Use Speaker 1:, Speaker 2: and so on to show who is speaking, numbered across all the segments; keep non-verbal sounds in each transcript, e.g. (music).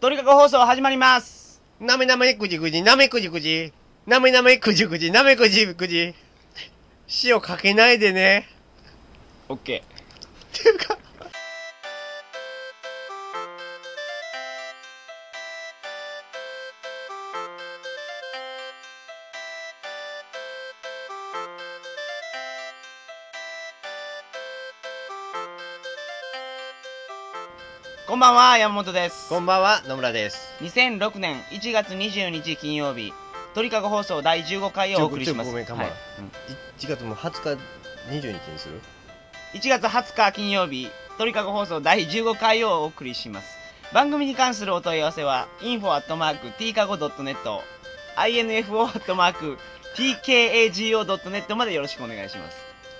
Speaker 1: とにかく放送始まります
Speaker 2: なめなめくじくじ、なめくじくじ。なめなめくじくじ、なめくじくじ。塩かけないでね。
Speaker 1: オッケー
Speaker 2: っていうか。
Speaker 1: こんばんは、山本です。
Speaker 2: こんばんは、野村です。
Speaker 1: 2006年1月20日金曜日、鳥かご放送第15回をお送りします。
Speaker 2: ちょごめんかまん
Speaker 1: はいうん
Speaker 2: 1月もう20日、22日にする
Speaker 1: 1月20日金曜日、鳥かご放送第15回をお送りします。番組に関するお問い合わせは、info.tkago.net、info.tkago.net までよろしくお願いします。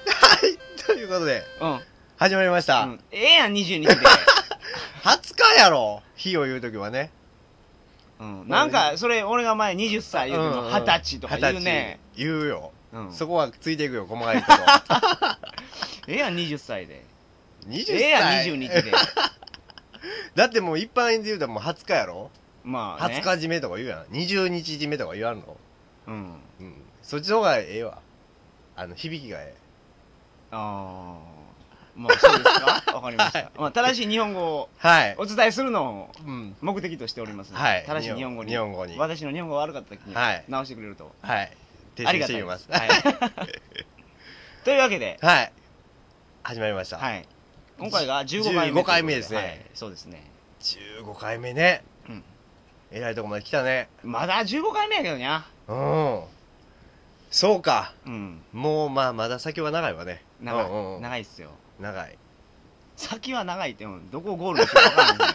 Speaker 2: はい、ということで、
Speaker 1: うん。うん
Speaker 2: 始まりました。
Speaker 1: ええやん、22日で。
Speaker 2: (laughs) 20日やろ日を言うときはね。
Speaker 1: うん。なんか、それ、俺が前20歳言うて
Speaker 2: うん
Speaker 1: も、
Speaker 2: うん
Speaker 1: 20歳とか言うね。
Speaker 2: 20言うよ。
Speaker 1: うん。
Speaker 2: そこはついていくよ、細かい (laughs) こと。
Speaker 1: ええやん、20歳で。
Speaker 2: 20歳。
Speaker 1: ええやん、22日
Speaker 2: (laughs)
Speaker 1: で。
Speaker 2: だってもう一般で言うともう20日やろ
Speaker 1: まあ、ね。
Speaker 2: 20日締めとか言うやん。20日締めとか言わんの
Speaker 1: うん。
Speaker 2: うん。そっちの方がええわ。あの、響きがええ。
Speaker 1: ああ。まあ、そうです
Speaker 2: (laughs)
Speaker 1: かわかりました。まあ、正しい日本語を
Speaker 2: はい。
Speaker 1: お伝えするのを
Speaker 2: うん。
Speaker 1: 目的としておりますので、
Speaker 2: はい
Speaker 1: 正しい日本語に。
Speaker 2: 日本語に
Speaker 1: 私の日本語が悪かった時に
Speaker 2: はい、
Speaker 1: 直してくれると。
Speaker 2: はい。訂
Speaker 1: あり
Speaker 2: 正
Speaker 1: が
Speaker 2: したて
Speaker 1: いで
Speaker 2: みます
Speaker 1: す。。はい。 (laughs) というわけで、
Speaker 2: はい。始まりました。
Speaker 1: はい。今回が15回目。
Speaker 2: 15回目ですね
Speaker 1: はいそうですね。
Speaker 2: 15回目ね。
Speaker 1: うん
Speaker 2: えらいとこまで来たね。
Speaker 1: まだ15回目やけどにゃ。
Speaker 2: うん。そうか。
Speaker 1: うん。
Speaker 2: もう、まあ、まだ先は長いわね。
Speaker 1: 長い、
Speaker 2: うんうんうん
Speaker 1: 長いっすよ
Speaker 2: 長い。
Speaker 1: 先は長いってもうどこをゴールにしてるか分からないんだよ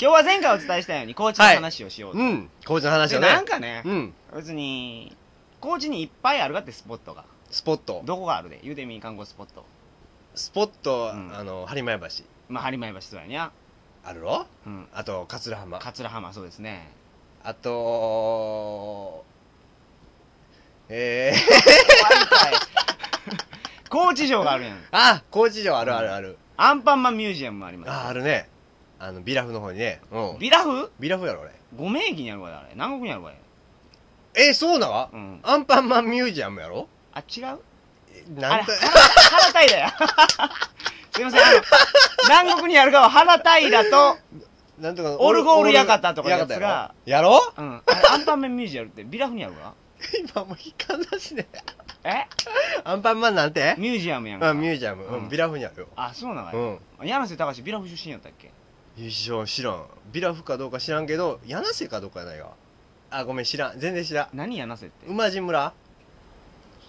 Speaker 1: 今日は前回お伝えしたように高知の話をしようと、
Speaker 2: うん。コーチの話
Speaker 1: で
Speaker 2: を
Speaker 1: な
Speaker 2: ね
Speaker 1: ん。かね、
Speaker 2: うん。
Speaker 1: 別に高知にいっぱいあるかってスポットが
Speaker 2: スポット。
Speaker 1: どこがあるで言うてみ観光スポット
Speaker 2: スポット、
Speaker 1: うん
Speaker 2: あの、播磨橋。
Speaker 1: まあ播磨橋とやにゃ、
Speaker 2: あるろ
Speaker 1: うん、
Speaker 2: あと、桂浜。
Speaker 1: 桂浜そうですね
Speaker 2: あと、えー、 (laughs)
Speaker 1: 怖いかい高知城があるやん
Speaker 2: あ、高知城あるあるある。
Speaker 1: アンパンマンミュージアムもありま
Speaker 2: あ、あるね。あの、ビラフの方にね。う
Speaker 1: す
Speaker 2: ん。
Speaker 1: ビラフ
Speaker 2: ビラフやろ、俺。
Speaker 1: 五名駅にあるわあれ南国にあるわ
Speaker 2: え、そうなの
Speaker 1: うん
Speaker 2: アンパンマンミュージアムやろ
Speaker 1: あ違う
Speaker 2: え
Speaker 1: あ
Speaker 2: な
Speaker 1: れ、
Speaker 2: んと、
Speaker 1: 原平や。 (laughs) すいません、あの、南国にある側、原平と、
Speaker 2: なんとか
Speaker 1: オルゴール館とかのやつが
Speaker 2: やろ (laughs)
Speaker 1: うん、あれアンパンマンミュージアムって、ビラフにあるわ。
Speaker 2: 今もう引かなしね。
Speaker 1: え
Speaker 2: アンパンマンなんて
Speaker 1: ミュージアムやんか。
Speaker 2: あ、ミュージアム。
Speaker 1: う
Speaker 2: うんんビラフにあるよ。
Speaker 1: あ、そうなの
Speaker 2: う
Speaker 1: よ。
Speaker 2: ん。
Speaker 1: 柳瀬隆史、ビラフ出身やったっけ
Speaker 2: 一生知らん。ビラフかどうか知らんけど、柳瀬かどうかやないわ。あ、ごめん、知らん。全然知らん。
Speaker 1: 何柳瀬って。
Speaker 2: 馬路村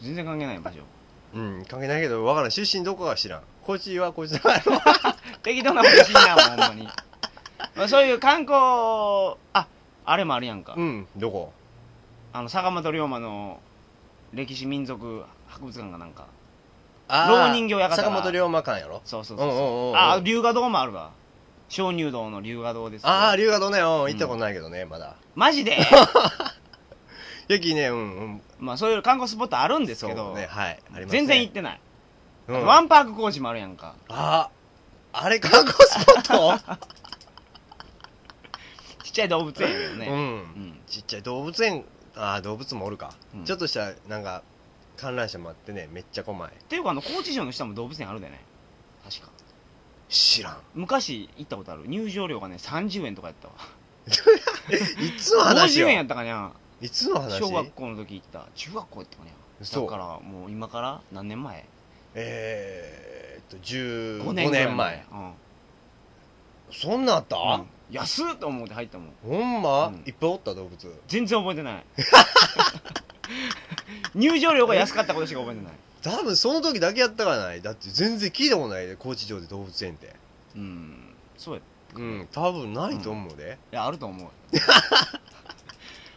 Speaker 1: 全然関係ない場所。
Speaker 2: うん、関係ないけど、わからん。出身どこかは知らん。高知は高知だ
Speaker 1: (laughs)
Speaker 2: やろ。
Speaker 1: 適当なことしいな、ほんまに。まあそういう観光、あ、あれもあるやんか
Speaker 2: う。ん、どこ
Speaker 1: あの、坂本龍馬の歴史民族博物館がなんか。
Speaker 2: あー
Speaker 1: 蝋人形館が
Speaker 2: 坂本龍馬館やろ
Speaker 1: そうそうそう
Speaker 2: うんうんう
Speaker 1: そ
Speaker 2: ん
Speaker 1: うう。
Speaker 2: ん
Speaker 1: あ、龍河洞もあるわ。鍾乳洞の龍河洞ですけど。
Speaker 2: ああ、龍河洞ね、うん、行ったことないけどね、まだ。
Speaker 1: マジで
Speaker 2: ゆきね、うん、うん。
Speaker 1: まあそういう観光スポットあるんですけ
Speaker 2: そ
Speaker 1: ど、
Speaker 2: うね、はい。ありますね
Speaker 1: 全然行ってない、
Speaker 2: うん
Speaker 1: ワンパーク工事もあるやんか
Speaker 2: ああれ観光スポット
Speaker 1: ちっちゃい動物園やけど
Speaker 2: う
Speaker 1: ね、うん
Speaker 2: ん。ちっちゃい動物園、ああ、動物もおるか
Speaker 1: うん。
Speaker 2: ちょっとした、なんか、観覧車もあってね、めっちゃ怖い。
Speaker 1: っていうかあの高知城の下も動物園あるんだよね確か
Speaker 2: 知らん。
Speaker 1: 昔行ったことある入場料がね30円とかやったわ
Speaker 2: いつの話
Speaker 1: 50
Speaker 2: よ
Speaker 1: 円やったかにゃ
Speaker 2: いつの話
Speaker 1: 小学校の時行った中学校やったかにゃ
Speaker 2: 嘘
Speaker 1: だからもう今から何年前
Speaker 2: えーっと、15
Speaker 1: 5
Speaker 2: 年
Speaker 1: 年
Speaker 2: 前。
Speaker 1: うん
Speaker 2: そんなんあった、
Speaker 1: うん安っと思って入ったもん
Speaker 2: ほんま、
Speaker 1: うん
Speaker 2: いっぱいおった動物。
Speaker 1: 全然覚えて
Speaker 2: (laughs)
Speaker 1: ない入場料が安かったことしか覚えてない
Speaker 2: 多分その時だけやったからない。だって全然聞いたことないで、高知城で動物園って。
Speaker 1: うんそうやった
Speaker 2: う、
Speaker 1: かなん
Speaker 2: 多分ないと思うで。
Speaker 1: いや、あると思う。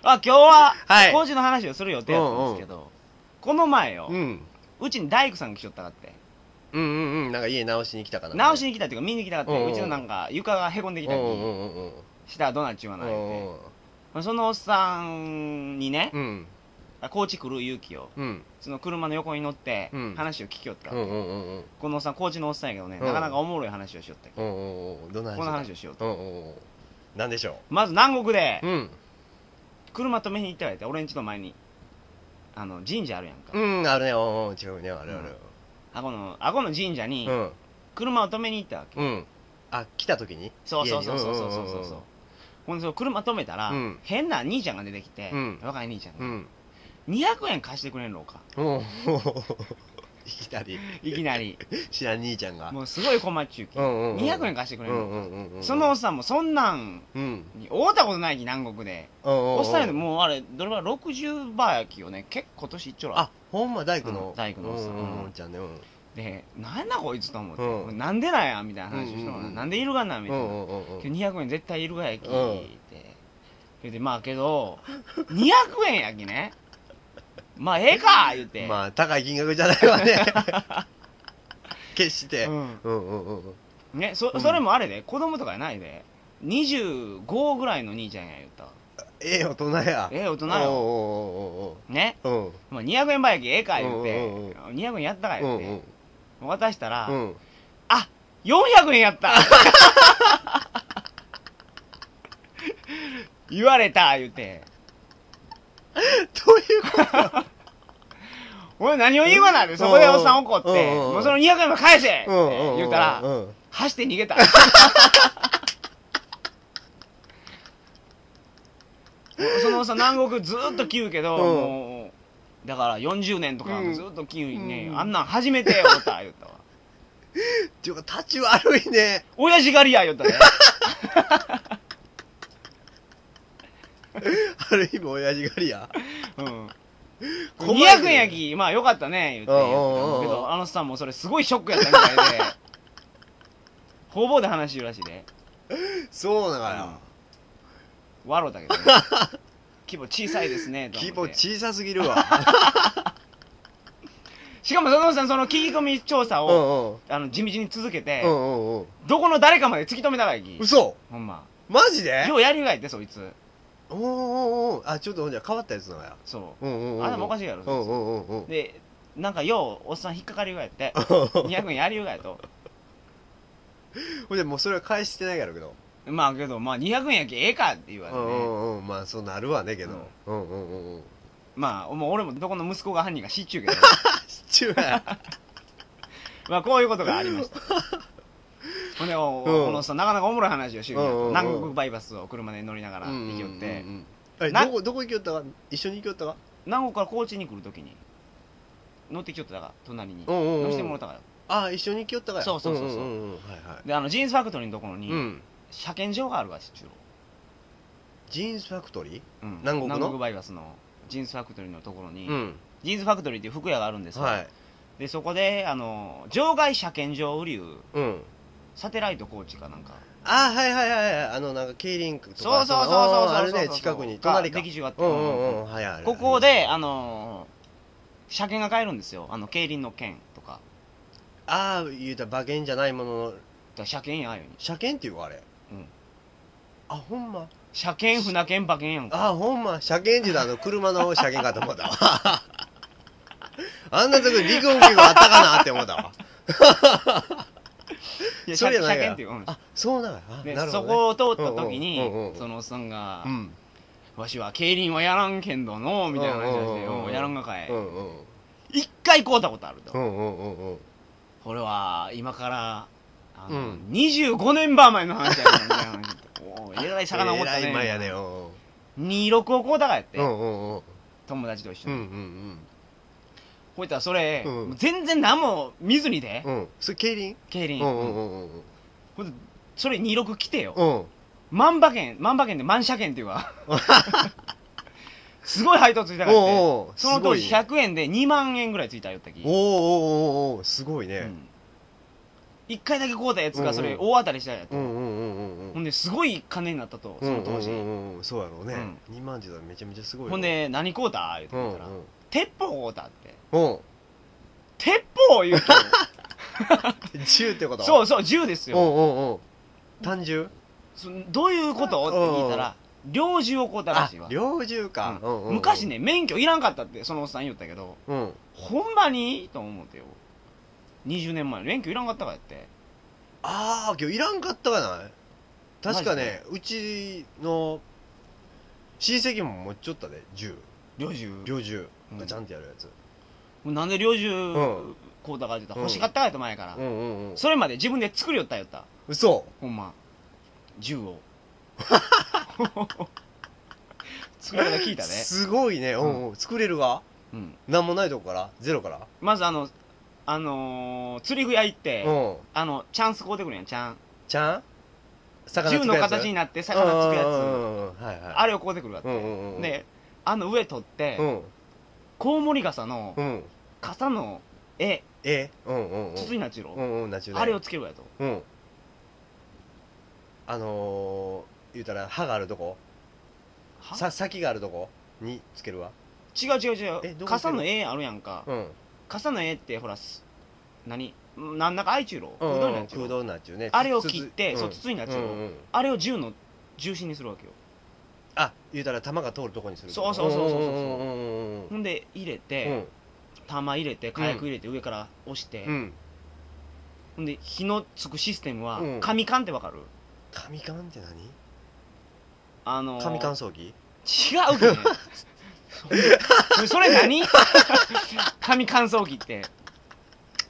Speaker 1: あ、今日は、
Speaker 2: はい
Speaker 1: 工事の話をする予定やったんですけど、この前よ
Speaker 2: う、ん。
Speaker 1: うちに大工さんが来ちょったかって、
Speaker 2: うんうんうん。なんか家直しに来たかな。
Speaker 1: 直し
Speaker 2: に
Speaker 1: に来たっていうか、見に来たかっ
Speaker 2: うん
Speaker 1: て、
Speaker 2: うん
Speaker 1: うちのなんか床がへこんで
Speaker 2: 来
Speaker 1: き
Speaker 2: た
Speaker 1: た
Speaker 2: う
Speaker 1: り
Speaker 2: んうんうんうん。
Speaker 1: したらどうなっちゅうわ
Speaker 2: う
Speaker 1: なって
Speaker 2: ん
Speaker 1: まあ、そのおっさんにね
Speaker 2: う、ん
Speaker 1: 高知来る勇気を、
Speaker 2: うん
Speaker 1: その車の横に乗って
Speaker 2: うん、
Speaker 1: 話を聞きよった
Speaker 2: う。んうんうんうん
Speaker 1: このおっさん、高知のおっさんやけどね、
Speaker 2: うん
Speaker 1: なかなかおもろい話をしよったけど
Speaker 2: うんうんうんどんな話
Speaker 1: この話をしようと。
Speaker 2: うんうんうんなんでしょ
Speaker 1: まず南国で
Speaker 2: う。うん。
Speaker 1: 車止めに行ったらやて俺んちの前にあの神社あるやんか、
Speaker 2: うん、あるね。うん、うん違うね。あるある。
Speaker 1: あこのあこの神社に
Speaker 2: うん。
Speaker 1: 車を止めに行ったわけ、
Speaker 2: うん。あ、来た時に
Speaker 1: そうそうそうそうそうそうそうそうほんでその車止めたら、
Speaker 2: うん
Speaker 1: 変な兄ちゃんが出てきて、
Speaker 2: うん
Speaker 1: 若い兄ちゃん
Speaker 2: う
Speaker 1: が、
Speaker 2: ん。
Speaker 1: 200円貸してくれんのか
Speaker 2: うん。いきなり、
Speaker 1: いきなり
Speaker 2: 知らん兄ちゃんが。
Speaker 1: もうすごい困っちゅうけ、
Speaker 2: うんうんうん
Speaker 1: 200円貸してく
Speaker 2: う
Speaker 1: れんの
Speaker 2: ん
Speaker 1: か、
Speaker 2: うんうんうん。
Speaker 1: そのおっさんもそんなん
Speaker 2: うん、
Speaker 1: に会うたことないき南国で、
Speaker 2: お
Speaker 1: おっさんやでもうあれどれぐらい60倍やきよね結構年いっちょろ
Speaker 2: あほんま大工の、
Speaker 1: うん大工のおっさん
Speaker 2: うんう
Speaker 1: う
Speaker 2: んうんんちゃんねう
Speaker 1: でなんやなこいつと思って、
Speaker 2: うん
Speaker 1: これなんでなんやみたいな話をしてもらう
Speaker 2: うんうんうん
Speaker 1: なんでいるがんなんみ
Speaker 2: ん
Speaker 1: たいな、
Speaker 2: うんうんうん
Speaker 1: けど200円絶対いるがやき、
Speaker 2: うん
Speaker 1: ってそれでまあけ
Speaker 2: (laughs)
Speaker 1: ど200円やきねまあええか言って、
Speaker 2: まあ高い金額じゃないわ
Speaker 1: (laughs)
Speaker 2: ね決して、うん、
Speaker 1: う
Speaker 2: うんうんうん
Speaker 1: んね、そ
Speaker 2: うん
Speaker 1: それもあれで子供とかやないで25ぐらいの兄ちゃんや言ったわ
Speaker 2: ええ大人や
Speaker 1: ええ大人
Speaker 2: お
Speaker 1: よ
Speaker 2: お
Speaker 1: ね、
Speaker 2: うおうおうおううん
Speaker 1: まあ、200円ばやきええか言って、
Speaker 2: うんうん
Speaker 1: 200円やったか
Speaker 2: う
Speaker 1: 言っ
Speaker 2: ん
Speaker 1: て、渡したら、
Speaker 2: うんうん
Speaker 1: 400円やった
Speaker 2: (laughs)
Speaker 1: 言われた言うて
Speaker 2: どういうこと
Speaker 1: 俺何を言わないでそこでおっさん怒って、
Speaker 2: うんうんうん
Speaker 1: もうその200円も返せって
Speaker 2: うんうんうん
Speaker 1: 言うたら、
Speaker 2: うん
Speaker 1: 走って逃げ
Speaker 2: (laughs)
Speaker 1: たそのおっさん南国ずーっとキウけど、
Speaker 2: うん
Speaker 1: もうだから40年とか
Speaker 2: うん
Speaker 1: ずーっとキウにね、
Speaker 2: うん
Speaker 1: あんなん初めて思った言
Speaker 2: (laughs)
Speaker 1: ったわ
Speaker 2: ていうか立ち悪いね
Speaker 1: 親父狩りや言ったね
Speaker 2: ある意味親父狩りや
Speaker 1: うん
Speaker 2: 困る
Speaker 1: 200円やき、まあよかったね、言って言
Speaker 2: うんうんうんうん
Speaker 1: けど、あのさんもそれすごいショックやったみたいで、
Speaker 2: (laughs)
Speaker 1: 方々で話してるらしいで、
Speaker 2: そうなが
Speaker 1: うん
Speaker 2: ら
Speaker 1: 笑うたけ
Speaker 2: (laughs)
Speaker 1: どね、規模小さいですね、と
Speaker 2: 規模
Speaker 1: 思って
Speaker 2: 小さすぎるわ
Speaker 1: しかもそのおっさん、その聞き込み調査
Speaker 2: う
Speaker 1: を、
Speaker 2: んうん
Speaker 1: あの地道に続けて、
Speaker 2: うんうんうん
Speaker 1: どこの誰かまで突き止めたわけ、
Speaker 2: 嘘
Speaker 1: ほんま。
Speaker 2: マジで
Speaker 1: ようやりがいって、そいつ。
Speaker 2: おーおーおーあちょっとほんじゃ変わったやつなのや
Speaker 1: そ
Speaker 2: うんうんう
Speaker 1: う。
Speaker 2: ん
Speaker 1: あれもおかしいやろ、
Speaker 2: う
Speaker 1: そ
Speaker 2: ん
Speaker 1: いうつ
Speaker 2: んうんうん
Speaker 1: で、なんかよう、おっさん引っかかりがやって、200円やりがやと。
Speaker 2: (laughs) ほんでもうそれは返してないやろうけど
Speaker 1: まあけど、まあ200円やけええかって言わ
Speaker 2: う
Speaker 1: れ
Speaker 2: ん
Speaker 1: て
Speaker 2: う
Speaker 1: ね。
Speaker 2: んうんまあそうなるわねけどうんうんうんうん
Speaker 1: まあ、もう俺もどこの息子が犯人か知っちゅうけ
Speaker 2: (laughs)
Speaker 1: ど、
Speaker 2: ちゅうや
Speaker 1: まあこういうことがありました。ほんで、お
Speaker 2: うん
Speaker 1: このさ、なかなかおもろい話をしようけ
Speaker 2: うんうん
Speaker 1: ど、
Speaker 2: うん
Speaker 1: 南国バイパスを車で乗りながら行きよって、
Speaker 2: え
Speaker 1: な
Speaker 2: どこどこ行きよったか一緒に行きよったか
Speaker 1: 南国から高知に来るときに、乗ってきよったから、隣に。
Speaker 2: うんうんうん
Speaker 1: 乗せてもらったか
Speaker 2: あ一緒に行きよったかや
Speaker 1: そうそうそうそうん
Speaker 2: んんはいは
Speaker 1: ら。で、あの、ジーンズファクトリーのところ
Speaker 2: い
Speaker 1: に
Speaker 2: う、ん
Speaker 1: 車検場があるわ、しっちゅう
Speaker 2: ジーンズファクトリー
Speaker 1: ろうん
Speaker 2: 南国の
Speaker 1: 南国バイパスのジーンズファクトリーのところに
Speaker 2: う、ん
Speaker 1: ジーンズファクトリーっていう服屋があるんですよ
Speaker 2: はい
Speaker 1: で、そこで、あの、場外車検場売りゅう、
Speaker 2: うん
Speaker 1: サテライト高知かなんか。
Speaker 2: あはいはいはいはいあのなんか競輪区とか
Speaker 1: そうそうそうそうそ
Speaker 2: の
Speaker 1: うそう。
Speaker 2: あるね近くに隣か
Speaker 1: 劇場があって。
Speaker 2: うんうんうんはいはいはい
Speaker 1: ここで、あのー車検が買えるんですよ。あの、競輪の券とか。
Speaker 2: ああ言うたら馬券じゃないものの
Speaker 1: だから車検やんように。
Speaker 2: 車検っていうかあれ
Speaker 1: うん
Speaker 2: あほんま
Speaker 1: 車検、船券、馬券やんか。
Speaker 2: あほんま車検って言うとあの車の車検かと思ったわ (laughs) あんなとこに陸運機があったかなって思ったわ
Speaker 1: (laughs) いや
Speaker 2: そ
Speaker 1: 車
Speaker 2: れやな
Speaker 1: 車
Speaker 2: い
Speaker 1: 検
Speaker 2: や
Speaker 1: っていう。うん
Speaker 2: あそうなのやあ
Speaker 1: で
Speaker 2: なるほど、
Speaker 1: そ
Speaker 2: ね、
Speaker 1: こを通った時に、
Speaker 2: うんうんうんうん
Speaker 1: そのおっさんが、
Speaker 2: うん
Speaker 1: わしは競輪はやらんけんどのみたいな話をして、
Speaker 2: うんうんうんうん
Speaker 1: うんやらんがかい、
Speaker 2: うんうん
Speaker 1: 一回買うたことあると、
Speaker 2: うんうんうんうん
Speaker 1: これは今からあの、
Speaker 2: うん
Speaker 1: 25年ば前の話やからみたいな
Speaker 2: (laughs)
Speaker 1: 話おーえらい魚持った
Speaker 2: えらい前や
Speaker 1: ね
Speaker 2: ねうん
Speaker 1: 26を買うたかやって、
Speaker 2: うんうん
Speaker 1: 友達と一緒
Speaker 2: うんうんう
Speaker 1: に、
Speaker 2: ん
Speaker 1: ほいたらそれ、
Speaker 2: うん
Speaker 1: もう全然何も見ずにで、
Speaker 2: うんうんそれ競輪
Speaker 1: 競
Speaker 2: う
Speaker 1: 輪、
Speaker 2: んうんうんうん
Speaker 1: ほんでそれ26来てよ、
Speaker 2: うん
Speaker 1: 万馬券万馬券で万車券っていう
Speaker 2: (laughs)
Speaker 1: かすごい配当ついたからって
Speaker 2: おうおう
Speaker 1: その
Speaker 2: すご
Speaker 1: 当
Speaker 2: い
Speaker 1: 時
Speaker 2: ね
Speaker 1: 100円で2万円ぐらいついたよったき
Speaker 2: おーおーおーおーすごいうね
Speaker 1: ん一回だけ買うたやつがそれ
Speaker 2: うんうん
Speaker 1: 大当たりしたんやと、
Speaker 2: うんうんうんうんうん
Speaker 1: ほんですごい金になったとその当時、
Speaker 2: うんうんうんうんそうやろうね、2万って言ったらめちゃめちゃすごいよ
Speaker 1: ほんで何買うた言うて
Speaker 2: う
Speaker 1: 言
Speaker 2: ん
Speaker 1: った
Speaker 2: う
Speaker 1: ら、
Speaker 2: ん
Speaker 1: 鉄砲買うたって
Speaker 2: うん
Speaker 1: 鉄砲言うと
Speaker 2: (laughs) 銃ってこと
Speaker 1: そううそう銃ですよ
Speaker 2: んうんうん単銃
Speaker 1: そどういうことって聞いたら猟銃を買うたら
Speaker 2: あ
Speaker 1: しいわ
Speaker 2: 猟銃か、
Speaker 1: う
Speaker 2: うんうんうん
Speaker 1: ん昔ね免許いらんかったってそのおっさん言ったけど
Speaker 2: うん
Speaker 1: ほんまにと思ってよ20年前免許いらんかったかやって
Speaker 2: ああ今日いらんかったかな確
Speaker 1: マ
Speaker 2: か
Speaker 1: ジ
Speaker 2: ねうちの親戚も持っちょったで銃
Speaker 1: 猟銃
Speaker 2: 猟銃
Speaker 1: うん
Speaker 2: ガチャンってやるやつ、
Speaker 1: もうなんで猟銃
Speaker 2: ん
Speaker 1: こうたかってた
Speaker 2: うん
Speaker 1: 欲しかったかやと前から、
Speaker 2: うんうんうん
Speaker 1: それまで自分で作りよったんやった
Speaker 2: 嘘
Speaker 1: ほんま銃を作り方聞いたね、
Speaker 2: すごいね、うんうん、作れるが
Speaker 1: うん、
Speaker 2: なんもないとこからゼロから、
Speaker 1: まずあのあのー釣り具屋行って、
Speaker 2: うん
Speaker 1: あのチャンス買うてくるやんチャン
Speaker 2: ちゃん魚
Speaker 1: 銃の形に
Speaker 2: な
Speaker 1: なって魚つくやつ、
Speaker 2: はいはい
Speaker 1: あれを買うてくるわって、
Speaker 2: うんうんうん
Speaker 1: であの上取って、
Speaker 2: うん
Speaker 1: コウモリ傘の
Speaker 2: うん
Speaker 1: 傘の絵
Speaker 2: えうんうんうん
Speaker 1: 筒になっちゅうろ、
Speaker 2: うんうんナチュラル
Speaker 1: あれをつけるわやと
Speaker 2: うんあのー、言うたら歯があるとこ
Speaker 1: は
Speaker 2: さ先があるとこにつけるわ
Speaker 1: 違う違う違
Speaker 2: え
Speaker 1: う
Speaker 2: どう
Speaker 1: 傘の絵あるやんか、
Speaker 2: うん
Speaker 1: 傘の絵ってほらす何なんだか愛中ろ
Speaker 2: うん
Speaker 1: 空洞になっちゅ
Speaker 2: 空
Speaker 1: うろ
Speaker 2: 洞になっちゅうね
Speaker 1: あれを切って、
Speaker 2: 筒
Speaker 1: そう筒になっち
Speaker 2: う
Speaker 1: ゅ
Speaker 2: ん
Speaker 1: う
Speaker 2: う
Speaker 1: ろ、
Speaker 2: んうん
Speaker 1: あれを銃の重心にするわけよ
Speaker 2: あ言うたら玉が通るとこにする
Speaker 1: そうそうそうそうそう
Speaker 2: うんうんうんうん
Speaker 1: ほんで入れ
Speaker 2: う
Speaker 1: て、
Speaker 2: ん
Speaker 1: 玉入れて火薬入れて、上から押して、
Speaker 2: うん
Speaker 1: ほんで火のつくシステムは、
Speaker 2: うん
Speaker 1: 紙缶ってわかる
Speaker 2: 紙缶って何
Speaker 1: あのー
Speaker 2: 紙乾燥機
Speaker 1: 違うけどねそれ
Speaker 2: (laughs)
Speaker 1: 何紙乾燥機って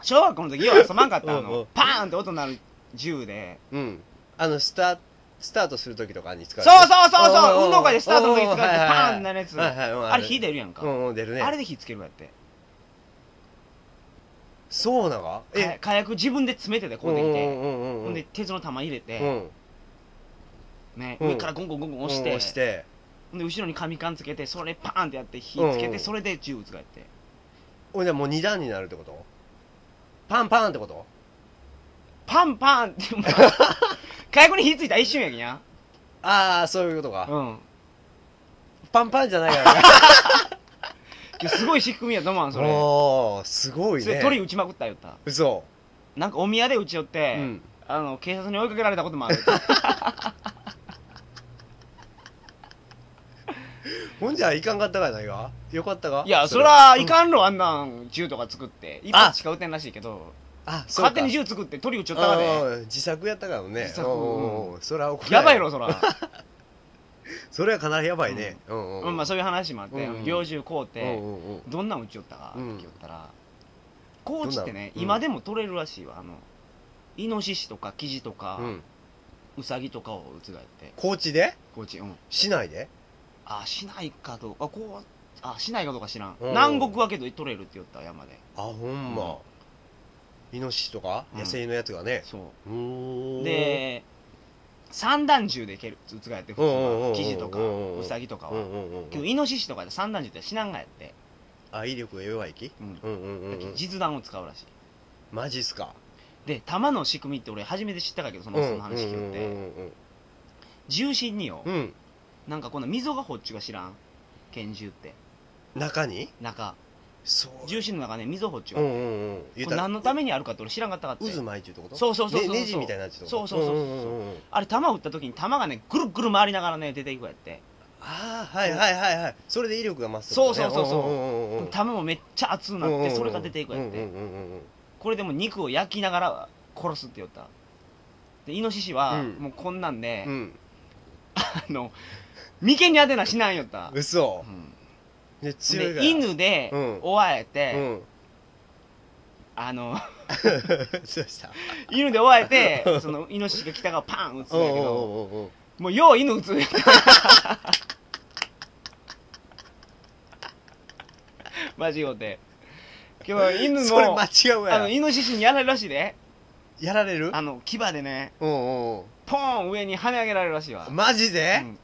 Speaker 1: 小学校の時よう遊ばんかったあ
Speaker 2: うんう
Speaker 1: の
Speaker 2: ん
Speaker 1: パーンって音鳴る銃で
Speaker 2: うんあのスタスタートするときとかに使
Speaker 1: そうう
Speaker 2: やつ
Speaker 1: そうそう
Speaker 2: おーおー
Speaker 1: そう
Speaker 2: おー
Speaker 1: 運動会でスタートの時使ってパ
Speaker 2: はいはいはい
Speaker 1: ーンってなるやつ
Speaker 2: はいはいうん
Speaker 1: あれ火出るやんか
Speaker 2: うんうん出るね
Speaker 1: あれで火つけるやって
Speaker 2: そうなが
Speaker 1: か火薬自分で詰めててこうでき
Speaker 2: う
Speaker 1: て
Speaker 2: んうんうんうん
Speaker 1: ほんで鉄の玉入れ
Speaker 2: う
Speaker 1: て
Speaker 2: ん
Speaker 1: ね
Speaker 2: うん
Speaker 1: 上からゴンゴンゴンゴン押
Speaker 2: うん押
Speaker 1: し
Speaker 2: してて
Speaker 1: ほんで後ろに紙缶つけてそれパーンってやって火つけ
Speaker 2: うんう
Speaker 1: て
Speaker 2: ん
Speaker 1: それで銃撃つかやって
Speaker 2: ほんでもう二段になるってことパンパンってこと
Speaker 1: パンパンって
Speaker 2: (laughs)
Speaker 1: お前火薬に火ついたら一瞬やけんや
Speaker 2: ああそういうことか
Speaker 1: うん
Speaker 2: パンパンじゃないからね
Speaker 1: いやすごい仕組みやと思わんそれ
Speaker 2: (laughs) おーすごい
Speaker 1: それ
Speaker 2: ね
Speaker 1: 鳥撃ちまくったよった
Speaker 2: 嘘
Speaker 1: なんかお宮で撃ちよっ
Speaker 2: う
Speaker 1: て、
Speaker 2: ん
Speaker 1: あの警察に追いかけられたこともある
Speaker 2: ほんじゃいかんかったかい (laughs) ないがよかったか
Speaker 1: いやそらいかんろあんなん銃とか作って一発しか撃てんらしいけど
Speaker 2: あそうか
Speaker 1: 勝手に銃作って鳥撃ちよったから
Speaker 2: あ
Speaker 1: ね
Speaker 2: ー自作やったからね
Speaker 1: 自作
Speaker 2: おーおーおー (laughs) それは怒られ
Speaker 1: やばいろそら、
Speaker 2: それはかなりやばいねうん
Speaker 1: うんまあ、そういう話もあって
Speaker 2: うん
Speaker 1: 猟銃買う
Speaker 2: うんう
Speaker 1: て
Speaker 2: んうん
Speaker 1: どんなん撃ちよったかって
Speaker 2: うん
Speaker 1: 言ったら高知ってね
Speaker 2: どんなん
Speaker 1: 今でも取れるらしいわあのイノシシとかキジとか、
Speaker 2: うん
Speaker 1: ウサギとかを撃つがやって
Speaker 2: 高知で
Speaker 1: 高知うん
Speaker 2: 市内で
Speaker 1: あ市内かどうかこうあ市内かどうか知らん
Speaker 2: うん
Speaker 1: 南国はけど取れるって言った山で
Speaker 2: あほんまイノシシとか
Speaker 1: うん
Speaker 2: 野生のやつがね
Speaker 1: そう
Speaker 2: ー
Speaker 1: うんで三段銃でいけるつつがやって普通
Speaker 2: うんうんうんう
Speaker 1: は
Speaker 2: ん
Speaker 1: 生地とか
Speaker 2: うんうんうん
Speaker 1: ウサギとか
Speaker 2: うん
Speaker 1: は
Speaker 2: うんうん
Speaker 1: けどイノシシとかで三段銃って死なんがやって
Speaker 2: あ威力が弱い木
Speaker 1: うん
Speaker 2: うんうんうんうん
Speaker 1: 実弾を使うらしい
Speaker 2: マジっすか
Speaker 1: で弾の仕組みって俺初めて知ったかけどその人の話聞い
Speaker 2: うん
Speaker 1: て重心によ
Speaker 2: うんうんうんうん
Speaker 1: なんかこの溝がほっちゅうか知らん拳銃って
Speaker 2: 中に
Speaker 1: 中
Speaker 2: そう
Speaker 1: 重心の中ね溝ほっちゅう
Speaker 2: うん
Speaker 1: が
Speaker 2: うんうん言
Speaker 1: こ
Speaker 2: う
Speaker 1: れ
Speaker 2: たら
Speaker 1: 何のためにあるかって俺知らんかったかって
Speaker 2: 渦巻いてるってこと
Speaker 1: そうそうそうそうそう
Speaker 2: ねネジみたいなやつってこと
Speaker 1: そうそうそうそうん
Speaker 2: んんうん
Speaker 1: あれ弾撃った時に弾がねぐるぐる回りながらね出ていくやって
Speaker 2: ああはいはいはいはいそれで威力が増すってことね
Speaker 1: そうそうそうそうん
Speaker 2: んんん
Speaker 1: 弾もめっちゃ熱くな
Speaker 2: うんうん
Speaker 1: っ
Speaker 2: うん
Speaker 1: てそれが出ていくやっ
Speaker 2: う
Speaker 1: て
Speaker 2: んうんうんうん
Speaker 1: これでも肉を焼きながら殺すって言ったでイノシシは
Speaker 2: うん
Speaker 1: もうこんなんで、
Speaker 2: うん
Speaker 1: あの眉間に当てなしないよった、
Speaker 2: 嘘
Speaker 1: うん
Speaker 2: で強いから
Speaker 1: で犬で
Speaker 2: うん
Speaker 1: 追わえて、
Speaker 2: うん (laughs)
Speaker 1: あの (laughs)
Speaker 2: そうした
Speaker 1: 犬で追わえ
Speaker 2: (laughs)
Speaker 1: てそのイノシシが来たからパン撃つんだけど
Speaker 2: うんうんうんうん
Speaker 1: もうよう犬撃 (laughs) つマジよて今日は犬
Speaker 2: それ
Speaker 1: も
Speaker 2: 間違う
Speaker 1: あの
Speaker 2: やん
Speaker 1: イノシシにやられるらしいで
Speaker 2: やられる
Speaker 1: あの牙でね
Speaker 2: うんうんうん
Speaker 1: ポーン上に跳ね上げられるらしいわ、
Speaker 2: マジで、
Speaker 1: うん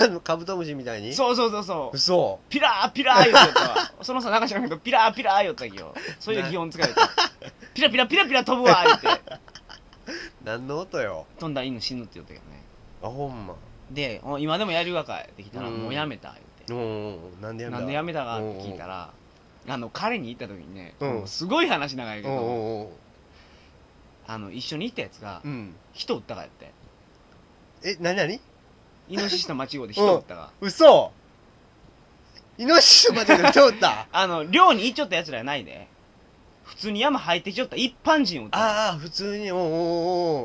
Speaker 2: あのカブトムシみたいに
Speaker 1: そうそうそうそう
Speaker 2: 嘘
Speaker 1: ピラーピラー言うてたわそのさなんか知らんけどピラーピラー言ったんよそういう擬音使えて (laughs) ピラピラピラピラ飛ぶわ言って
Speaker 2: 何の音よ
Speaker 1: 飛んだら犬死ぬって言ったけどね
Speaker 2: あほんま
Speaker 1: でお今でもやるわかいってきたら
Speaker 2: うん
Speaker 1: もうやめた
Speaker 2: う
Speaker 1: 言
Speaker 2: んうんうんなんで
Speaker 1: う
Speaker 2: や
Speaker 1: て
Speaker 2: めた
Speaker 1: なんでやめたかって聞いたらあの彼に行った時にね、
Speaker 2: うん
Speaker 1: もうすごい話長いけ
Speaker 2: うんう
Speaker 1: ど
Speaker 2: んうん
Speaker 1: あの一緒に行ったやつが
Speaker 2: うん
Speaker 1: 人撃ったかやって
Speaker 2: え何何
Speaker 1: イノシシと間
Speaker 2: (laughs)
Speaker 1: 違うで人撃ったか
Speaker 2: 嘘イノシシと間違えて通った
Speaker 1: (laughs) あの寮に行っちょったやつらやないで普通に山入ってきちょった一般人を撃った
Speaker 2: ああ普通にうんうんうんうん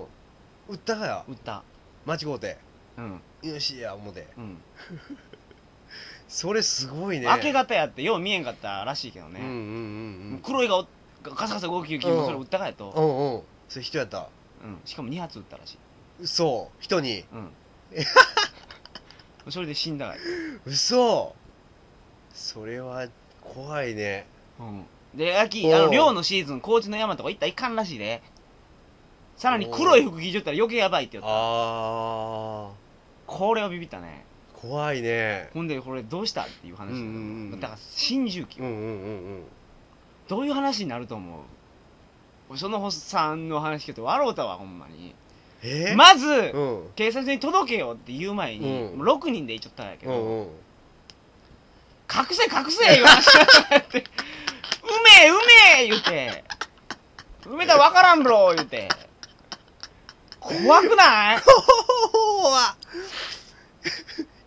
Speaker 2: 売ったかや
Speaker 1: 撃った
Speaker 2: 間違うて
Speaker 1: うん
Speaker 2: よしや思て
Speaker 1: うん、
Speaker 2: それすごいね
Speaker 1: 明け方やってよう見えんかったらしいけど
Speaker 2: うんう
Speaker 1: ね、
Speaker 2: んうんうん
Speaker 1: 黒いがおガサガサ動きよきもそれ打ったかや
Speaker 2: う
Speaker 1: と、
Speaker 2: んうんそれ人やった
Speaker 1: うんしかも2発打ったらしい、
Speaker 2: 嘘人に
Speaker 1: うん、それで死んだからや
Speaker 2: 嘘それは怖いね
Speaker 1: と、うん、で秋あ
Speaker 2: お
Speaker 1: の
Speaker 2: う
Speaker 1: 漁のシーズン高知の山とか行ったらいかんらしいでさらに黒い服着ちょったら余計やばいって言った
Speaker 2: あ
Speaker 1: これはビビったね
Speaker 2: ー怖いね
Speaker 1: ほんでこれどうしたっていう話だ,、
Speaker 2: うんうんうん
Speaker 1: だから新重機、
Speaker 2: うんうんうん
Speaker 1: どういう話になると思う俺そのホスさんの話聞いて笑うたわほんまに
Speaker 2: うんえ
Speaker 1: まず
Speaker 2: うん
Speaker 1: 警察に届けよって言う前に、
Speaker 2: うん
Speaker 1: もう6人で行っちゃったんやけ
Speaker 2: う
Speaker 1: ど、
Speaker 2: んうん
Speaker 1: 隠せ隠せ言わしてうめえうめえ言うて埋めたら分からんブロ言うて怖くない
Speaker 2: 怖っ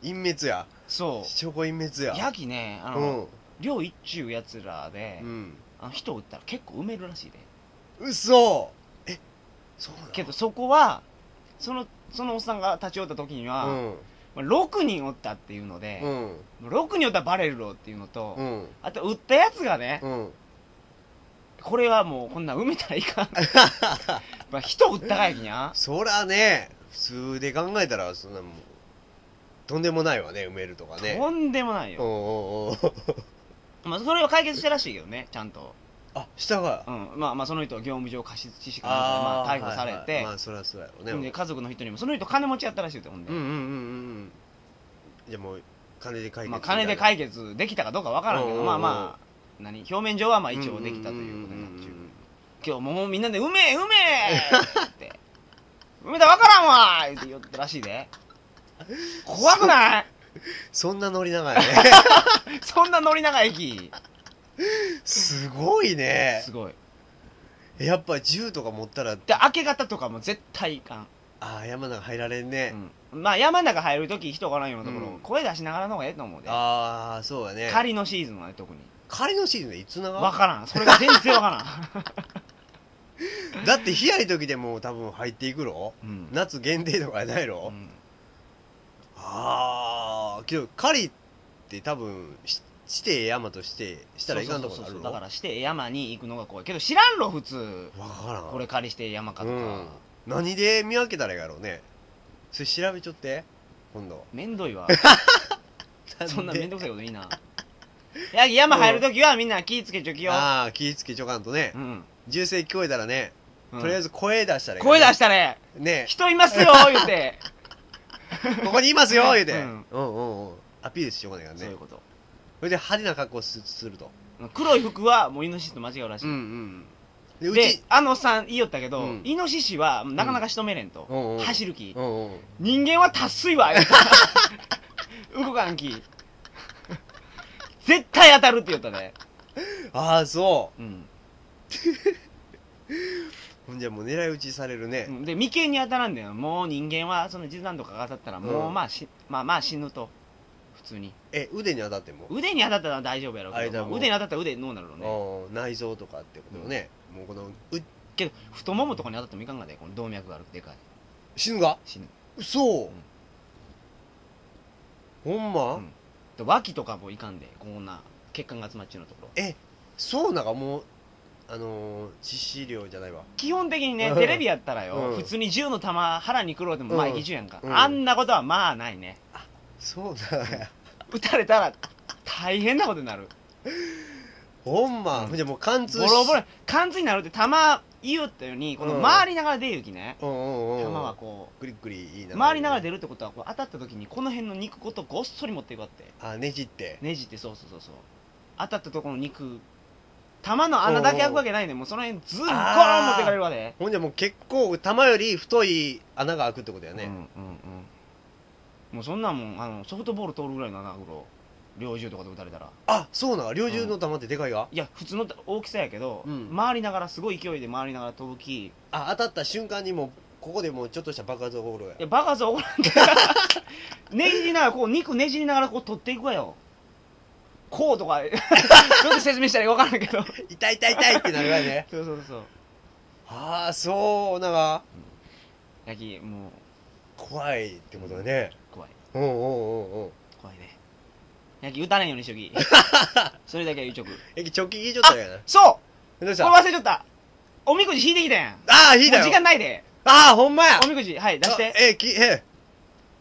Speaker 2: 隠滅や
Speaker 1: そ
Speaker 2: 証拠隠滅
Speaker 1: う
Speaker 2: や
Speaker 1: ヤギねあ
Speaker 2: う
Speaker 1: の、
Speaker 2: ん
Speaker 1: 漁一中やつらで、
Speaker 2: うん
Speaker 1: あの人を撃ったら結構埋めるらしいで
Speaker 2: 嘘えそうなの
Speaker 1: けどそこはそのそのおっさんが立ち寄った時には、
Speaker 2: うん
Speaker 1: まあ6人おったっていうので
Speaker 2: う、ん
Speaker 1: 6人おったらバレるろっていうのと、
Speaker 2: うん
Speaker 1: あと売ったやつがね、
Speaker 2: うん
Speaker 1: これはもうこんなん埋めたらいかん
Speaker 2: (laughs)
Speaker 1: まあ人売ったかいきにゃ
Speaker 2: そらね普通で考えたらそんなもうとんでもないわね埋めるとかね
Speaker 1: とんでもない
Speaker 2: お
Speaker 1: よ、
Speaker 2: うおうおう
Speaker 1: まあ、それは解決したらしいけどねちゃんと、
Speaker 2: あ下が
Speaker 1: うんまあ、まあその人は業務上過失致死かなんかでまあ、逮捕され
Speaker 2: はいはい
Speaker 1: て、
Speaker 2: まあそらそうやろうね
Speaker 1: ほんで家族の人にもその人金持ちやったらしいよってほんで、
Speaker 2: うんうんうんうんうんじゃあもう金で解決
Speaker 1: まあ、金で解決できたかどうかわからんけど、
Speaker 2: うんうんうん
Speaker 1: まあまあ何表面上はまあ一応できたということになっちゅう今日もうみんなで「うめえうめえ!」って「うめえだわからんわ!」って言ったらしいで怖くない
Speaker 2: そんな乗りなが
Speaker 1: (laughs)
Speaker 2: らね
Speaker 1: そんな乗り長駅
Speaker 2: すごいね
Speaker 1: すごい
Speaker 2: やっぱ銃とか持ったら
Speaker 1: で明け方とかも絶対いかん、
Speaker 2: ああ山なんか入られんね、
Speaker 1: うんまあ山の中入るとき人がおらんようなところ、
Speaker 2: うん
Speaker 1: 声出しながらの方がええと思うで
Speaker 2: ああそうだね
Speaker 1: 仮のシーズンはね特に
Speaker 2: 仮のシーズンでいつな
Speaker 1: わ
Speaker 2: が
Speaker 1: からんそれが全然わか
Speaker 2: だって冷やい時でもう多分入っていくろ (laughs)
Speaker 1: らん、うん
Speaker 2: 夏限定とかやないろ、
Speaker 1: うん
Speaker 2: ああけど狩りって多分ししてええ山としてしたらいかんとこ
Speaker 1: そう
Speaker 2: あ
Speaker 1: そうそ
Speaker 2: る
Speaker 1: う
Speaker 2: ろ
Speaker 1: だからして山に行くのが怖いけど知らんろ普通
Speaker 2: わからん
Speaker 1: これ仮して山かとか、
Speaker 2: うん何で見分けたらいいやろうねそれ調べちょって今度
Speaker 1: めんどい
Speaker 2: (laughs)
Speaker 1: わそんな
Speaker 2: で
Speaker 1: めんどくさいこといいなや山入るときはみんな気ぃつけちょきよ
Speaker 2: ああ気ぃつけちょかんとね
Speaker 1: うん、
Speaker 2: 銃声聞こえたらね、
Speaker 1: うん
Speaker 2: とりあえず声出したらいい
Speaker 1: 声出
Speaker 2: し
Speaker 1: したね
Speaker 2: ね
Speaker 1: 人いますよ言
Speaker 2: (laughs)
Speaker 1: うて
Speaker 2: ここにいますよ言うて、う
Speaker 1: うんん、
Speaker 2: うんうんアピールしようがないから
Speaker 1: そうい
Speaker 2: ね
Speaker 1: うこと
Speaker 2: それで派手な格好すすると
Speaker 1: 黒い服はもうイノシシと間違うらしい、
Speaker 2: んうんでう
Speaker 1: で
Speaker 2: ち
Speaker 1: あのさん言いよったけど、
Speaker 2: うん
Speaker 1: イノシシはなかなか仕留めれんと、
Speaker 2: うんうん
Speaker 1: 走る気、
Speaker 2: うんうん
Speaker 1: 人間は達水 (laughs) わ言うて動かん気絶対当たるって言ったね
Speaker 2: ああそ
Speaker 1: うん
Speaker 2: うほんじゃもう狙い撃ちされるね、
Speaker 1: で眉間に当たらんだよもう人間はその実弾とかが当たったらもうまあし、まあまあ死ぬと普通に
Speaker 2: え腕に当たっても、
Speaker 1: 腕に当たったら大丈夫やろうけ
Speaker 2: 間
Speaker 1: ど、
Speaker 2: も
Speaker 1: まあ腕に当たったら腕どうなるのね
Speaker 2: うん内臓とかってこともね、もうこのう
Speaker 1: けど太ももとかに当たってもいかんがねこの動脈があるでかい
Speaker 2: 死ぬが
Speaker 1: 死ぬ
Speaker 2: 嘘、
Speaker 1: ん
Speaker 2: ほんま、
Speaker 1: うんで脇とかもいかんでこんな血管が集まっちゅうのところ
Speaker 2: そうなんかもうあのー、致死量じゃないわ
Speaker 1: 基本的にね
Speaker 2: うん
Speaker 1: テレビやったらよ、
Speaker 2: うん
Speaker 1: 普通に銃の弾腹に食ろうてもまあ
Speaker 2: うん
Speaker 1: いき銃やんか、
Speaker 2: うん
Speaker 1: あんなことはまあないね
Speaker 2: そうなんや
Speaker 1: 撃たれたら大変なことになる
Speaker 2: ほんま、
Speaker 1: うん
Speaker 2: ほんじゃもう貫通
Speaker 1: ボロボロ貫通になるって弾言うったようにこ
Speaker 2: う
Speaker 1: の
Speaker 2: ん
Speaker 1: 回りながら出るきね、
Speaker 2: うんうんうん
Speaker 1: 弾はこう
Speaker 2: クリクリいいな
Speaker 1: 回りながら出るってことはこう当たった時にこの辺の肉ごとごっそり持っていくわって
Speaker 2: あねじって
Speaker 1: ねじってそうそうそうそう当たったところの肉玉の穴だけ開くわけないねもうその辺ずんゴロ
Speaker 2: あー
Speaker 1: ン持ってかれるわで、
Speaker 2: ほんじゃもう結構玉より太い穴が開くってことや
Speaker 1: うんうん
Speaker 2: ね、
Speaker 1: うんもうそんなんもんあのソフトボール通るぐらいの穴ぐろ猟銃とかで撃たれたら
Speaker 2: あそうなん猟銃の玉ってでかいが、
Speaker 1: いや普通の大きさやけど、
Speaker 2: うん
Speaker 1: 回りながらすごい勢いで回りながら飛ぶきい
Speaker 2: あ当たった瞬間にもうここでもうちょっとした爆発が起こるや
Speaker 1: やバカさ怒らんで (laughs) ねじりながらこう肉ねじりながらこう取っていくわよこうとか (laughs) どうやって説明したらいいか分からんけ
Speaker 2: (laughs)
Speaker 1: ど
Speaker 2: 痛い痛い痛いってなるわ
Speaker 1: (laughs)
Speaker 2: ね
Speaker 1: そうそうそう
Speaker 2: ああそうなんか
Speaker 1: ヤギもう
Speaker 2: 怖いってことだね。
Speaker 1: 怖い
Speaker 2: うんうんうんうん。
Speaker 1: 怖いねやき言うたれんようにしと
Speaker 2: (laughs)
Speaker 1: きそれだけは言うちょく
Speaker 2: え、直近状態やな。
Speaker 1: そ
Speaker 2: どうし
Speaker 1: うこ
Speaker 2: た
Speaker 1: れ
Speaker 2: あ
Speaker 1: 忘れちゃったおみくじ引いてきたやん
Speaker 2: あー、引い
Speaker 1: も
Speaker 2: た
Speaker 1: う時
Speaker 2: よ
Speaker 1: 間。ないで
Speaker 2: ああ、ほんまや
Speaker 1: お。みくじはい出して
Speaker 2: あえ、き、え、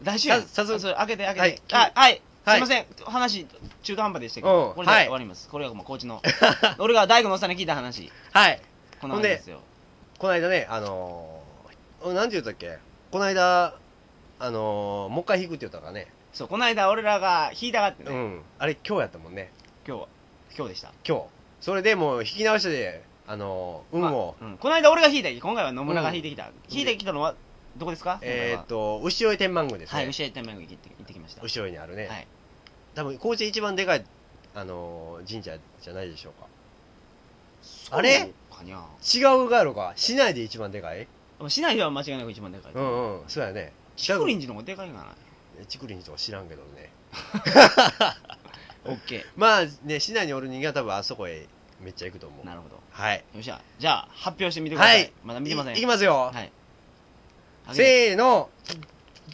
Speaker 1: 大丈夫
Speaker 2: ささす
Speaker 1: あそれ開けて開けて
Speaker 2: はい
Speaker 1: あはい
Speaker 2: は
Speaker 1: す
Speaker 2: い
Speaker 1: いません話中途半端でしたけ
Speaker 2: うん
Speaker 1: どこれで
Speaker 2: はい
Speaker 1: 終わりますこれがもうコーチ
Speaker 2: (laughs)
Speaker 1: の俺が大工のおっさんに聞いた話
Speaker 2: はい。
Speaker 1: こんな感じですよ
Speaker 2: この間ね、あのー、おなんて言ったっけこの間、あのー、もう一回引くって言ったからね。
Speaker 1: そうこの間俺らが引いたがって
Speaker 2: う
Speaker 1: ね
Speaker 2: ん。あれ、今日やったもんね。
Speaker 1: 今日は今日でした
Speaker 2: 今日。それでもう引き直してで、あのー、運
Speaker 1: まあ
Speaker 2: を、
Speaker 1: うんこの間俺が引いた今回は野村が引いてきた引いてきたのはどこですか
Speaker 2: えーっと、牛追天満宮ですね。
Speaker 1: はい、牛屋天満宮行って行ってきました。
Speaker 2: 後ろにあるね、
Speaker 1: はい
Speaker 2: 多分高知で一番でかい、あのー神社じゃないでしょうか
Speaker 1: そう
Speaker 2: あれ
Speaker 1: かにゃ
Speaker 2: 違うがあるか市内で一番でかい
Speaker 1: 市内では間違いなく一番でかい。
Speaker 2: うんうんそうやね
Speaker 1: 竹林寺の方がでかいかな。
Speaker 2: 竹林とか知らんけどね
Speaker 1: オッケ
Speaker 2: まあね市内におる人間は多分あそこへめっちゃ行くと思う
Speaker 1: ー。なるほど。
Speaker 2: はい
Speaker 1: よっしゃ。じゃあ、発表してみてくださ
Speaker 2: はい
Speaker 1: い。まだ見てません。
Speaker 2: いいきますよ、
Speaker 1: はい。せ
Speaker 2: せーの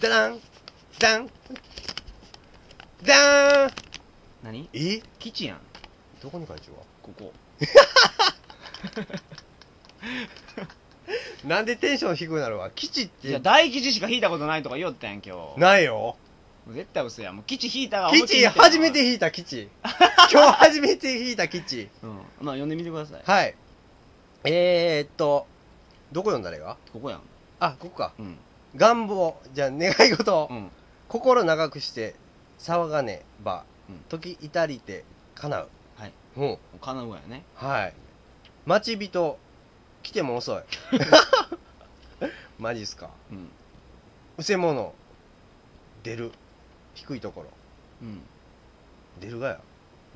Speaker 2: ダダンダンダーン
Speaker 1: 何
Speaker 2: え
Speaker 1: 基地やん。
Speaker 2: どこに会長は
Speaker 1: ここ。
Speaker 2: なんでテンション低くなるわ基地っ
Speaker 1: いや、
Speaker 2: て
Speaker 1: 大吉しか引いたことないとか言おったやん、今日。
Speaker 2: ないよ
Speaker 1: 絶対嘘やん。もう基地引いたが思い
Speaker 2: 基
Speaker 1: っきり
Speaker 2: 地
Speaker 1: 引いたわ
Speaker 2: 初め。て引いた
Speaker 1: (laughs)
Speaker 2: 基地今日初めて引いた基地
Speaker 1: うん。まあ、呼んでみてください。
Speaker 2: はいえー、っとどこ読んだらいいか
Speaker 1: ここやん。
Speaker 2: あここか
Speaker 1: うん。
Speaker 2: 願望じゃあ願い事、
Speaker 1: うん。
Speaker 2: 心長くして騒がねば、
Speaker 1: うん
Speaker 2: 時至りて叶う
Speaker 1: はい
Speaker 2: うん
Speaker 1: かなうやね。
Speaker 2: はい待ち人来て
Speaker 1: (laughs)
Speaker 2: も遅いマジっすか
Speaker 1: うん。
Speaker 2: うせ者出る低いところ
Speaker 1: う
Speaker 2: 出るがや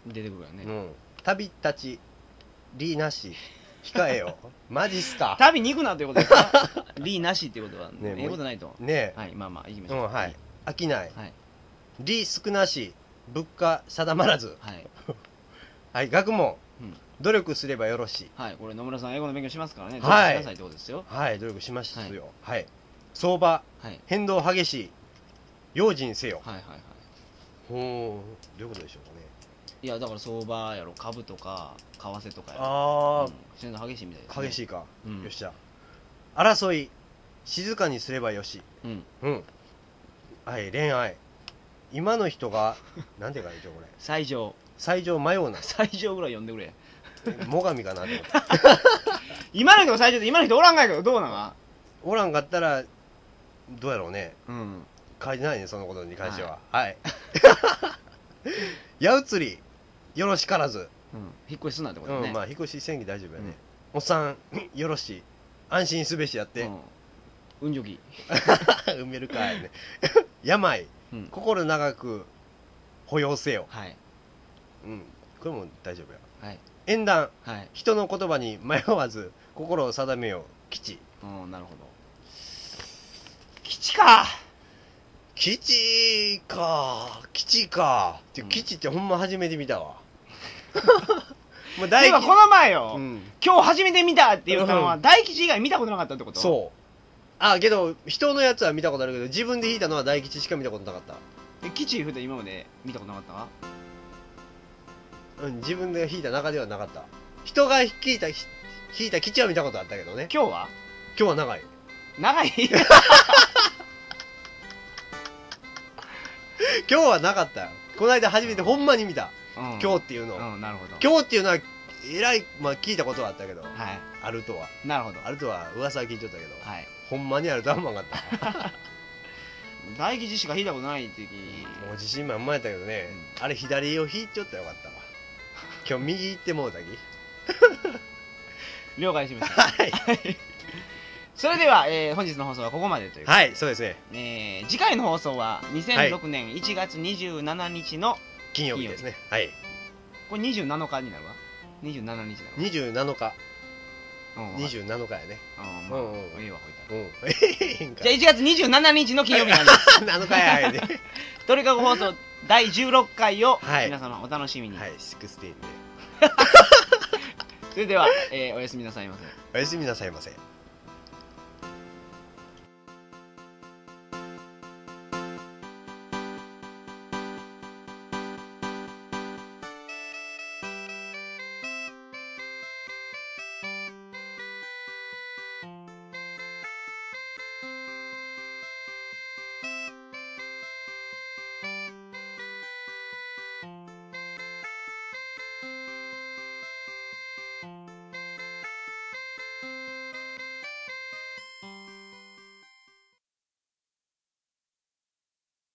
Speaker 1: ん。出てくるや
Speaker 2: う
Speaker 1: ね。
Speaker 2: ん。旅立ち、りなし、控
Speaker 1: (laughs)
Speaker 2: えよ。マジっすか。
Speaker 1: 旅に行くなってことですか
Speaker 2: (laughs)
Speaker 1: リーなしってことは、
Speaker 2: ねもう
Speaker 1: ええことないと。
Speaker 2: ね
Speaker 1: はい、まあまあ、行きま
Speaker 2: え。
Speaker 1: し
Speaker 2: う
Speaker 1: ょう。
Speaker 2: ん、はい。。飽きない。
Speaker 1: はい。
Speaker 2: り少なし、物価定まらず。
Speaker 1: はい。
Speaker 2: はい、学問
Speaker 1: うん。
Speaker 2: 努力すればよろしい。
Speaker 1: はい。これ、野村さん、英語の勉強しますからね。
Speaker 2: はい
Speaker 1: 努力しなさいってことですよ。
Speaker 2: はい、努力しましたよ。はい。相場、
Speaker 1: はい。
Speaker 2: 変動激しい。用心せよ。
Speaker 1: はいはいはい。
Speaker 2: ほう、どういうことでしょうかね。
Speaker 1: いや、だから相場やろ、株とか、為替とかやろ。あ
Speaker 2: あ
Speaker 1: 戦争激しいみたいです、
Speaker 2: ー、
Speaker 1: ね。
Speaker 2: 激し
Speaker 1: い。
Speaker 2: いか。
Speaker 1: うん。
Speaker 2: よっしゃ。争い、静かにすればよし。
Speaker 1: うん。
Speaker 2: うん。はい、恋愛。今の人が、 (laughs) なんて書いてあるこれ。
Speaker 1: 最上。
Speaker 2: 最上迷うな。
Speaker 1: 最上ぐらい呼んでくれ。
Speaker 2: 最上かなと
Speaker 1: (laughs)
Speaker 2: 思って。
Speaker 1: 今の人が最上で、今の人おらんがやけど、どうなの
Speaker 2: おらんかったら、どうやろうね。
Speaker 1: うん。
Speaker 2: 書いてないね、そのことに関しては。はい。 (laughs) 矢移り、よろしからず。
Speaker 1: うん。引っ越しすんなってこと
Speaker 2: う
Speaker 1: ね。
Speaker 2: ん、まあ、引っ越し戦議大丈夫や
Speaker 1: うん
Speaker 2: ね。おっさん、よろし。安心すべしやって。
Speaker 1: うん。運上き。
Speaker 2: (laughs) 埋めるかいね。 (laughs) 病、
Speaker 1: うん。
Speaker 2: 心長く、保養せよ。
Speaker 1: はい。
Speaker 2: うん。これも大丈夫や。
Speaker 1: はい。
Speaker 2: 縁談、
Speaker 1: はい。
Speaker 2: 人の言葉に迷わず、心を定めよう。吉。
Speaker 1: うん、なるほど。基地か
Speaker 2: 基地か基地かって
Speaker 1: うん
Speaker 2: 基地ってほんま初めて見た (laughs) わもう
Speaker 1: でもこの前よ、
Speaker 2: うん、
Speaker 1: 今日初めて見たって言ったのは、
Speaker 2: うん
Speaker 1: 大吉以外見たことなかったってこと
Speaker 2: そうあけど人のやつは見たことあるけど自分で引いたのは大吉しか見たことなかった
Speaker 1: え基地言うて今まで見たことなかった
Speaker 2: うん自分で引いた中ではなかった人が引いたひ引いた吉は見たことあったけどね
Speaker 1: 今日は
Speaker 2: 今日は長い
Speaker 1: 長
Speaker 2: (laughs)
Speaker 1: い
Speaker 2: 今日はなかったよこの間初めてほんまに見た、今日
Speaker 1: 日
Speaker 2: っていうのを、
Speaker 1: うんなるほど
Speaker 2: 今日っていうのはえらい、まあ、聞いたことはあったけど
Speaker 1: はい
Speaker 2: あるとは
Speaker 1: なるほど
Speaker 2: あるとは噂は聞いとったけど、
Speaker 1: はい
Speaker 2: ほんまにあるとは思わんかった
Speaker 1: 大吉しか引いたことない時に
Speaker 2: もう自信満々やったけどね、あれ左を引いちゃったらよ
Speaker 1: (laughs)
Speaker 2: かったわ今日右行ってもうたき
Speaker 1: 了解しました
Speaker 2: はい
Speaker 1: それでは、えー本日の放送はここまでという、
Speaker 2: (laughs) はいそうですね
Speaker 1: えー次回の放送は2006年1月27日の、
Speaker 2: 金曜日ですねはい
Speaker 1: これ27日になるわ27日だろ
Speaker 2: 27日
Speaker 1: うん
Speaker 2: 27日やね
Speaker 1: うんまあ
Speaker 2: うんうん
Speaker 1: ええわこいた (laughs)
Speaker 2: うんええんから
Speaker 1: じゃあ1月27日の金曜日
Speaker 2: (laughs)
Speaker 1: なんで
Speaker 2: 7日やはいね
Speaker 1: (laughs) 鳥かご放送第16回を
Speaker 2: はい
Speaker 1: 皆様お楽しみに、
Speaker 2: はい16で
Speaker 1: それでは、えーおやすみなさいませ
Speaker 2: おやすみなさいませ